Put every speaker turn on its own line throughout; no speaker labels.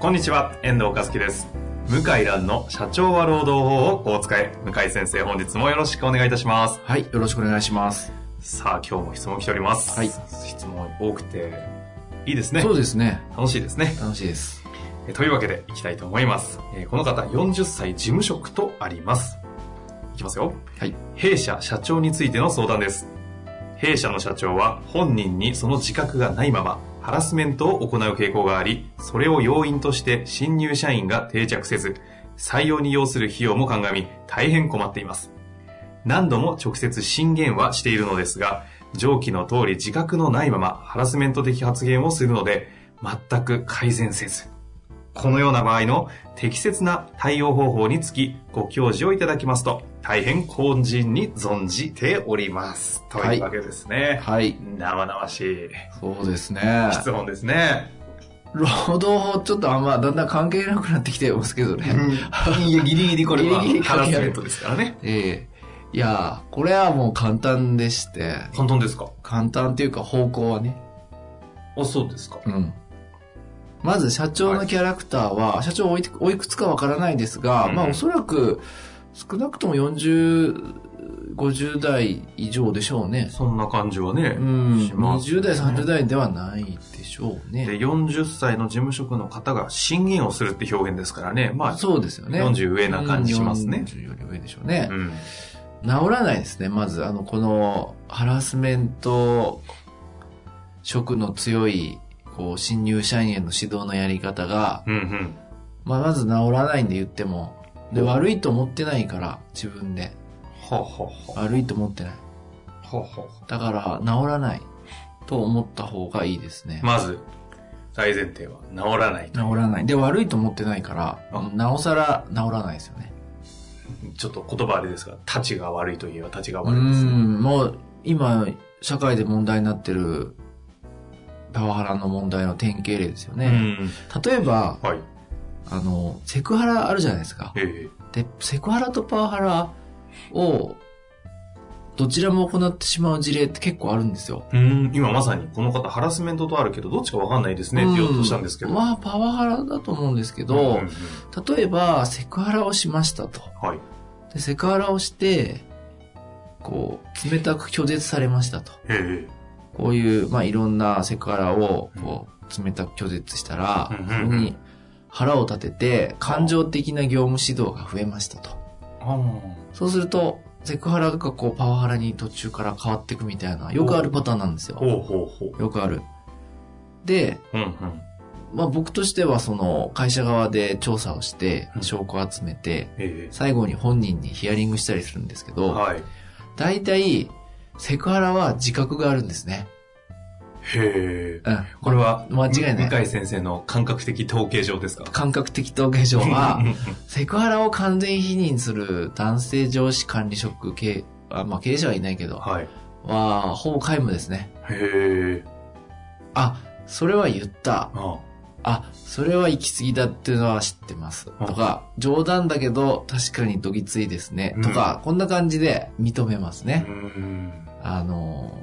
こんにちは、遠藤和樹です。向井蘭の社長は労働法をこう使え。向井先生、本日もよろしくお願いいたします。
はい、よろしくお願いします。
さあ、今日も質問来ております。
はい
質問多くて、いいですね
そ。うですね。
楽しいですね。
楽しいです。
えというわけで、いきたいと思います。えーこの方、40歳事務職とあります。いきますよ。
はい。
弊社社長についての相談です弊社の社長は本人にその自覚がないままハラスメントを行う傾向がありそれを要因として新入社員が定着せず採用に要する費用も鑑み大変困っています何度も直接進言はしているのですが上記の通り自覚のないままハラスメント的発言をするので全く改善せずこのような場合の適切な対応方法につきご教示をいただきますと大変懇人に存じております。と
はい
いうわけですね。
はい。
生々しい
そうですね。
質問ですね。
労働法ちょっとあんまだんだん関係なくなってきてますけどね。
いやギリギリこれは
ギリギリ
ハ
関係
ラス
ある
メントですからね。
ええいやー、これはもう簡単でして、
簡単ですか
簡単っていうか方向はね。
あ、そうですか。
うん。まず社長のキャラクターは、社長おいおいくつかわからないですが、
うん
まあおそらく少なくとも40、50代以上でしょうね。
そんな感じはね
う。ん。
します
20代、30代ではないでしょうね。
で、40歳の事務職の方が審議をするって表現ですからね。まあ、
そうですよね。
40上な感じしますね。
40より上でしょうね。
うん。
治らないですね、まず。あの、この、ハラスメント、色の強い、こう、新入社員への指導のやり方が、
うんうん。
まあ、まず治らないんで言っても、で、
うん
悪いと思ってないから、自分で。
はあはあは
悪いと思ってない。
あ。はあは
だから、治らない、と思った方がいいですね
あ。まず、大前提は治らないと。
治らない。で、悪いと思ってないから
あ、
なおさら治らないですよね。
ちょっと言葉あれですが、立ちが悪いといえば立ちが
う
悪いです、ね。
ん、もう今、社会で問題になってる、パワハラの問題の典型例ですよ
う
ね。
ん。
例えば、
はい。
あの、セクハラあるじゃないですか。
え
で、セクハラとパワハラを、どちらも行ってしまう事例って結構あるんですよ。
えうん、今まさにこの方ハラスメントとあるけど、どっちかわかんないですねって言おうとしたんですけど。
うまあ、パワハラだと思うんですけ
うんうん
ど
うん、
例えば、セクハラをしましたと。
はい。
で、セクハラをして、こう、冷たく拒絶されましたと。
え
こういう、まあ、いろんなセクハラを、こう、冷たく拒絶したら、
うん
それに腹を立てて、感情的な業務指導が増えましたと。
えああ。
そうすると、セクハラがこう、パワハラに途中から変わっていくみたいな、よくあるパターンなんです
ほう
よ。
ほうほう。
よくある。で、
うんうん。
まあ、僕としては、その、会社側で調査をして
う、ん
証拠を集めて、
え
最後に本人にヒアリングしたりするんですけ
え
ど、
はい。
大体、セクハラは自覚があるんですね。
へえ。
うん。
これは、
間違いない
む向井先生の感覚的統計上ですか
感覚的統計 上は、セクハラを完全否認する男性上司管理職系、あまあ、経営者はいないけど、
はい。へ
は、ほぼ皆無ですね。
え。
あ、それは言った。
あ
あ、それは行き過ぎだっていうのは知ってます。
あ
とか、冗談だけど確かにどぎついですね。
うん
とか、こんな感じで認めます
あ。
ね
う。ん。
あの、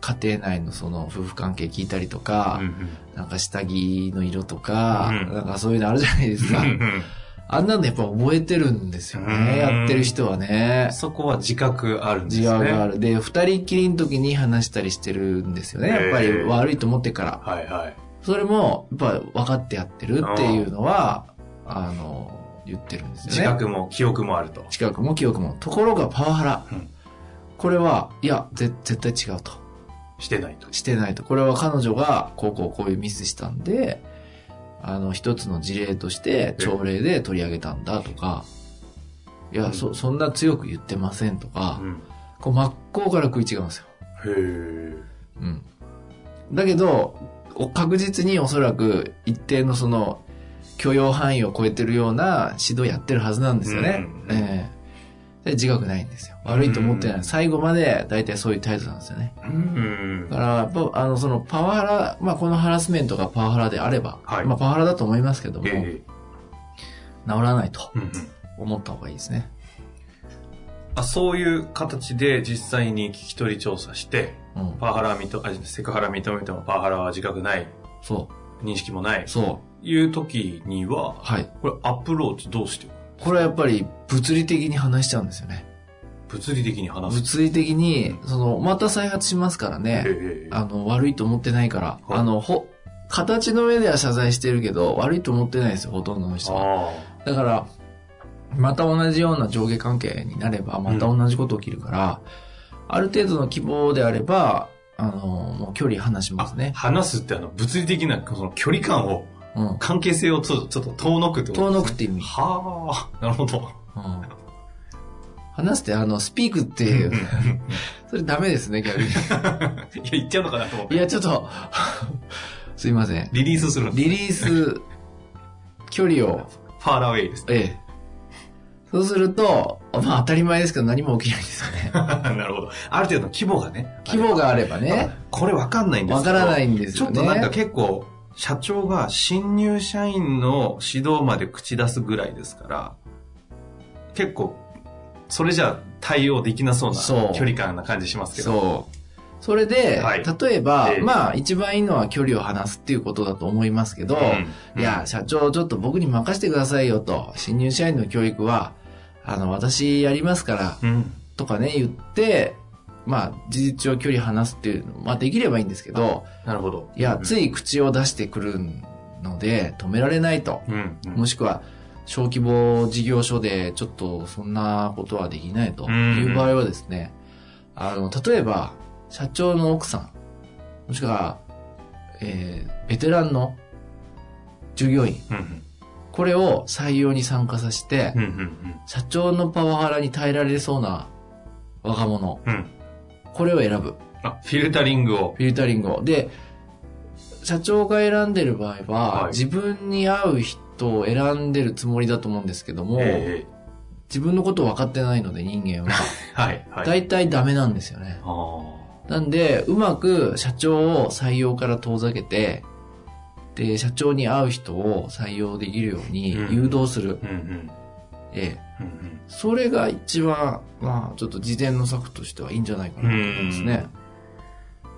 家庭内のその夫婦関係聞いたりとか
うん、うん
なんか下着の色とか、
うん
なんかそういうのあるじゃないですか
う。ん
あんなのやっぱ覚えてるんですよ
うん
ね。やってる人は
うん
ね。
そこは自覚あるんです
自
ね。
我がある。で、二人きりの時に話したりしてるんですよね。やっぱ
へ
り
ー
悪いと思ってから。
はいはい。
それも、やっぱ分かってやってるっていうのは、あの、言ってるんですよね。
自覚も記憶もあると。
近くも記憶も。ところがパワハラ。
うん
これは、いや、ぜ絶対違うと。
してないと。
してないと。これは彼女が、こうこうこういうミスしたんで、あの、一つの事例として、朝礼で取り上げたんだとか、いや、そ、そんな強く言ってませんとか
う、ん
こう真っ向から食い違うんですよ。
へえ。
うん。だけど、お確実におそらく一定のその許容範囲を超えてるような指導やってるはずなんですよね。
うん
ええで自覚ないんですよ。悪いと思ってない。
うん
最後まで大体そういう態度なんですよね。
うん
だから、やっぱあの、そのパワハラ、まあこのハラスメントがパワハラであれば、
はい
まあパワハラだと思いますけども、治
え
らないと
えうんうん
思った方がいいですね。
あそういう形で実際に聞き取り調査して、
うん。
パワハラ認め、あセクハラ認めてもパワハラは自覚ない、
そ。、
認識もないう
そう。
いう時には、
はい。
これアプローチどうしてる
これはやっぱり物理的に話しちゃうんですよね。
物理的に話す。
物理的に、その、また再発しますからね。
ええ
あの、悪いと思ってないから、
はい
あの、ほ、形の上では謝罪してるけど、悪いと思ってないですよ、ほとんどの人は。
あ
だから、また同じような上下関係になれば、また同じこと起きるから、ある程度の希望であれば、あの、もう距離離し
あ
ますね。
話すってあの、物理的なその距離感を、
うん。
関係性をちょっとちょっと遠のくってこと
遠のくって意味。
はあ、なるほど。
うん。話すって、あの、スピークっ ていう、それダメですね、逆に。
いや、言っちゃうのかなと思って。
いや、ちょっと、 すいません。
リリースする
リリース、距離を、
ファーラーウェイです。
ええ。そうすると、まあ当たり前ですけど何も起きないですよね。
なるほど。ある程度の規模がね。
規模があれば
あ
ね
れ。、これわかんないんです
わ
けど
からないんです
ちょ
よ
っ
ね。
となんか結構、社長が新入社員の指導まで口出すぐらいですから、結構、それじゃ対応できなそうな
そう
距離感な感じしますけど。
そう。それで、
はい
例えば、
ええ
まあ一番いいのは距離を離すっていうことだと思いますけど、
うん
いや、社長ちょっと僕に任せてくださいよと、新入社員の教育は、あの、私やりますから、
うん。
とかね、言って、まあ事実上距離離すっていうのまあできればいいんですけど、
なるほど。
いや、
い。
つい口を出してくるので、止められないと。
うん。うん
もしくは、小規模事業所で、ちょっとそんなことはできないと
うん
いう場合はですね、あの、例えば、社長の奥さん、もしくは、えー、ベテランの従業員、
うん。
これを採用に参加させて
う、ん。うん
社長のパワハラに耐えられそうな若者、
うん。うん。
これを選ぶ。
あ、フィルタリングを。
フィルタリングを。で、社長が選んでる場合は、
はい
自分に合う人を選んでるつもりだと思うんですけども、
え
自分のことを分かってないので人間は、
えはい。はい。
大体ダメなんですよね。
ああ。
なんで、うまく社長を採用から遠ざけて、で、社長に合う人を採用できるように
うん
誘導する。
うんうん。
ええ。
うん
それが一番、まあ、ちょっと事前の策としてはいいんじゃないかなと思いますね。
うん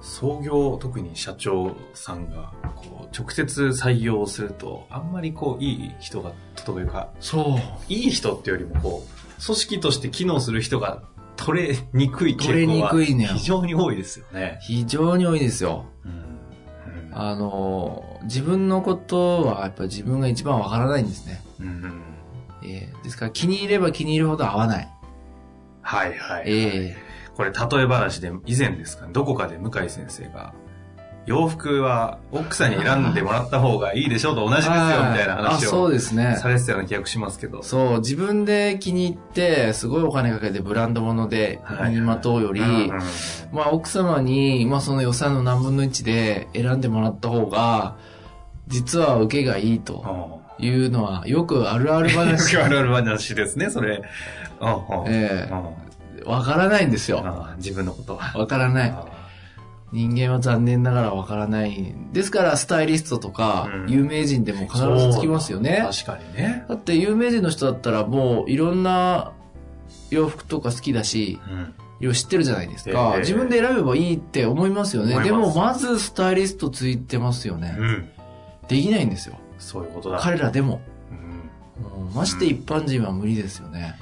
創業、特に社長さんが、こう、直接採用すると、あんまりこう、いい人が、というか、
そう。
いい人ってよりもこう、組織として機能する人が取れにくい
取
傾
れ
向
に
は
くいね。
非常に多いですよね。
非常に多いですよ。
うん
あの、自分のことはやっぱ自分が一番わからないんですね。
うん
ええですから気に入れば気に入るほど合わない。
はいはい。
ええ
これ例え話で以前ですかね、どこかで向井先生が、洋服は奥さんに選んでもらった方がいいでしょうと同じですよみたいな
あ
話
そう
を
ですね。
されてたような気がしますけど。
そう、自分で気に入って、すごいお金かけてブランド物で
はい
身にまとうより、
うんうん
まあ奥様に、まあその予算の何分の1で選んでもらった方が、実は受けがいいというのは、よくあるある
うんよ
話。
くあるある話ですね、それ。うんうん
え
うん
えわからないんですよ。
うん自分のことは。
わからない。人間は残念ながらわからない。ですから、スタイリストとか
う、ん
有名人でも必ずつきますよね。
確かにね。
だって、有名人の人だったら、もう、いろんな洋服とか好きだし、
うん
よ知ってるじゃないですか、
ええ
自分で選べばいいって思いますよね
思います
でもまずスタイリストついてますよね、
うん。
できないんですよ
そういうことだ。
彼らでも
うん
うんまして一般人は無理ですよね、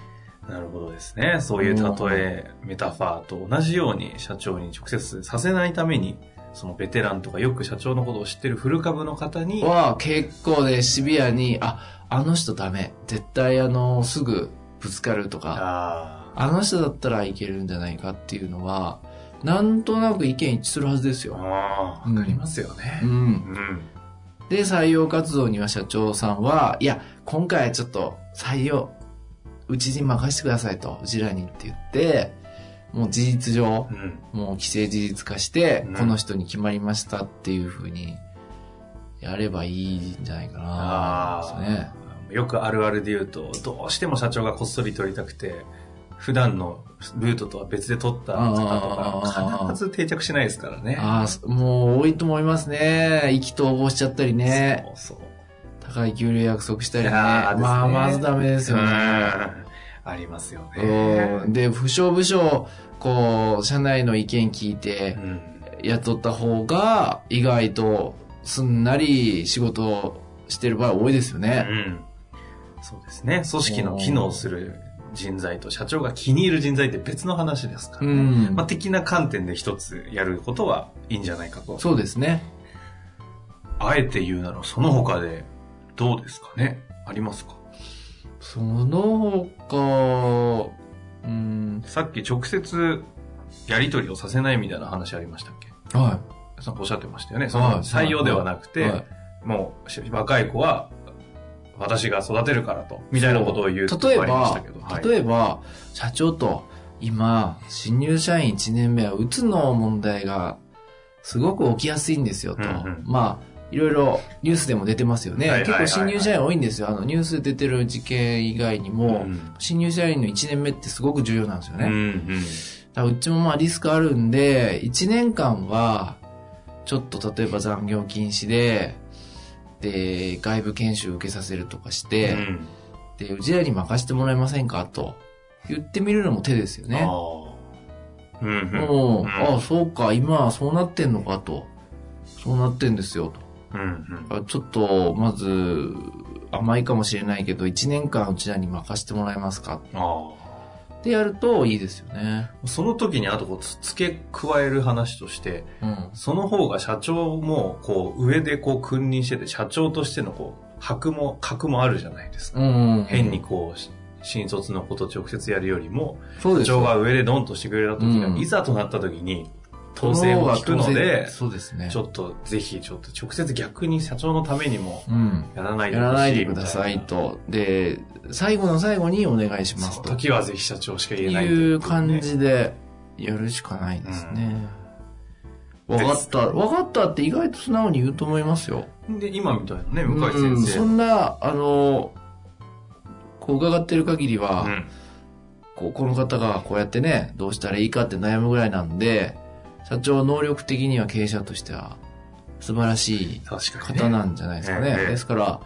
なるほどですね。そういう例え、メタファーと同じように社長に直接させないために、そのベテランとかよく社長のことを知ってる古株の方に、
は結構ねシビアにああの人ダメ絶対あのすぐぶつかるとか
あ
あの人だったらいけるんじゃないかっていうのはなんとなく意見一致するはずです
ー
よ、
あー、わかりますよね
う。ん、
うん。
で、採用活動には社長さんは、いや、今回ちょっと採用、うちに任せてくださいと、うちらにって言って、もう事実上
う、ん。
もう既成事実化して
うん、
この人に決まりましたっていうふうに、やればいいんじゃないかなと思いますね。
よくあるあるで言うと、どうしても社長がこっそり取りたくて、普段のルートとは別で取った方とか、
あー
必ず定着しないですからね。
ああ、そもう多いと思いますね。意気投合しちゃったりね。
そうそう。
高い給料約束したりね。
いやーですね
まあ、まずダメですよ
うん
ね。
ありますよね。
うんで、不詳不詳、こう、社内の意見聞い
う、
て
ん
雇った方が、意外と、すんなり仕事をしてる場合多いですよ
う
ね。
ん。そうですね。組織の機能する人材と社長が気に入る人材って別の話ですか
う
らね。
ん。
まあ、的な観点で一つやることはいいんじゃないかと。
そうですね。
あえて言うならその他でどうですかねありますか
その他、うん、
さっき直接やり取りをさせないみたいな話ありましたっけ
は
さおっしゃってましたよね。
い
その採用ではなく
い。は
て、もうし若い子は私が育てるからと、みたいなことを言う
い、例え
とこありました
ば
けど。、はい
例えば、社長と、今、新入社員1年目は、うつの問題が、すごく起きやすいんですよ、と。
うんうん
まあ、いろいろニュースでも出てますよね。
はいはいはいはい
結構新入社員多いんですよ。あの、ニュースで出てる事件以外にも、
うん
新入社員の1年目ってすごく重要なんですよね。
うんうん
だからうちもまあリスクあるんで、1年間は、ちょっと例えば残業禁止で、で、外部研修受けさせるとかして、
うん
で、うちらに任せてもらえませんかと言ってみるのも手ですよね。
あーうんうん
もう、
うん
ああ、そうか、今はそうなってんのかと。そうなってんですよ、
うんうん
と。あちょっと、まず、甘いかもしれないけど、1年間うちらに任せてもらえますか
あー
ってやるといいですよね。
その時にあとこうつ付け加える話として、
うん。
その方が社長もこう上でこう君臨してて、社長としてのこう、箔も、格もあるじゃないですか。
うん。
変にこう、し新卒のこと直接やるよりも、
そう
社
ですよ
長が上でドンとしてくれた時には、
うん
いざとなった時に、当選を聞くので、
そうですね。
ちょっとぜひちょっと直接逆に社長のためにも
うん。
やらないでほ
や
しい
らないでくださ
み
い
たな。
と。で、最後の最後にお願いしま
そ
す
の
と。
時はぜひ社長しか言えないと
いう
こと
感
ね。
じでやるしかないですね。
うん
わかった。わかったって意外と素直に言うと思いますよ。
で、今みたいなね、
う
向井先
ん
生。
そんな、あの、こう伺ってる限りは、
うん
こうこの方がこうやってね、どうしたらいいかって悩むぐらいなんで、社長能力的には経営者としては素晴らしい
確かに、ね。
方なんじゃないですかね。
ええ
ですから、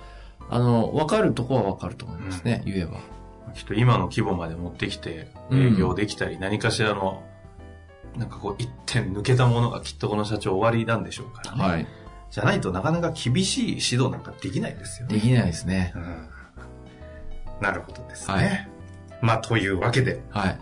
あの、わかるとこはわかると思いますね、言えば。
きっと今の規模まで持ってきて
うん
営業できたり、何かしらの、なんかこう一点抜けたものがきっとこの社長終わりなんでしょうからね。
はい。
じゃないとなかなか厳しい指導なんかできないですよね。
できないですね。
うん、なるほどですね。
はい
まあというわけで、
はい。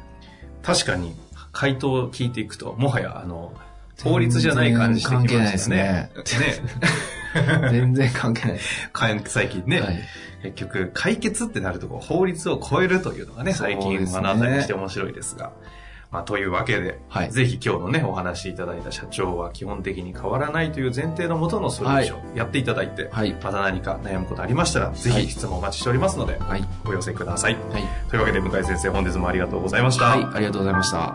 確かに回答を聞いていくと、もはやあの、法律じゃない感じしてきましたね。関係ないですね。
全然関係ない です。
ね最近ね、
はい。
結局解決ってなるとこう法律を超えるというのがね最
そう
近
ですね
学んだりして面白いですが。まあ、というわけで、
はい
ぜひ今日のね、お話しいただいた社長は基本的に変わらないという前提のもとのソリューションをやっていただいて、
はい。
また何か悩むことありましたら、ぜ
は
ひ
い
質問お待ちしておりますので、
はい。
お寄せください。
はい。
というわけで、向井先生、本日もありがとうございました。
はい。ありがとうございました。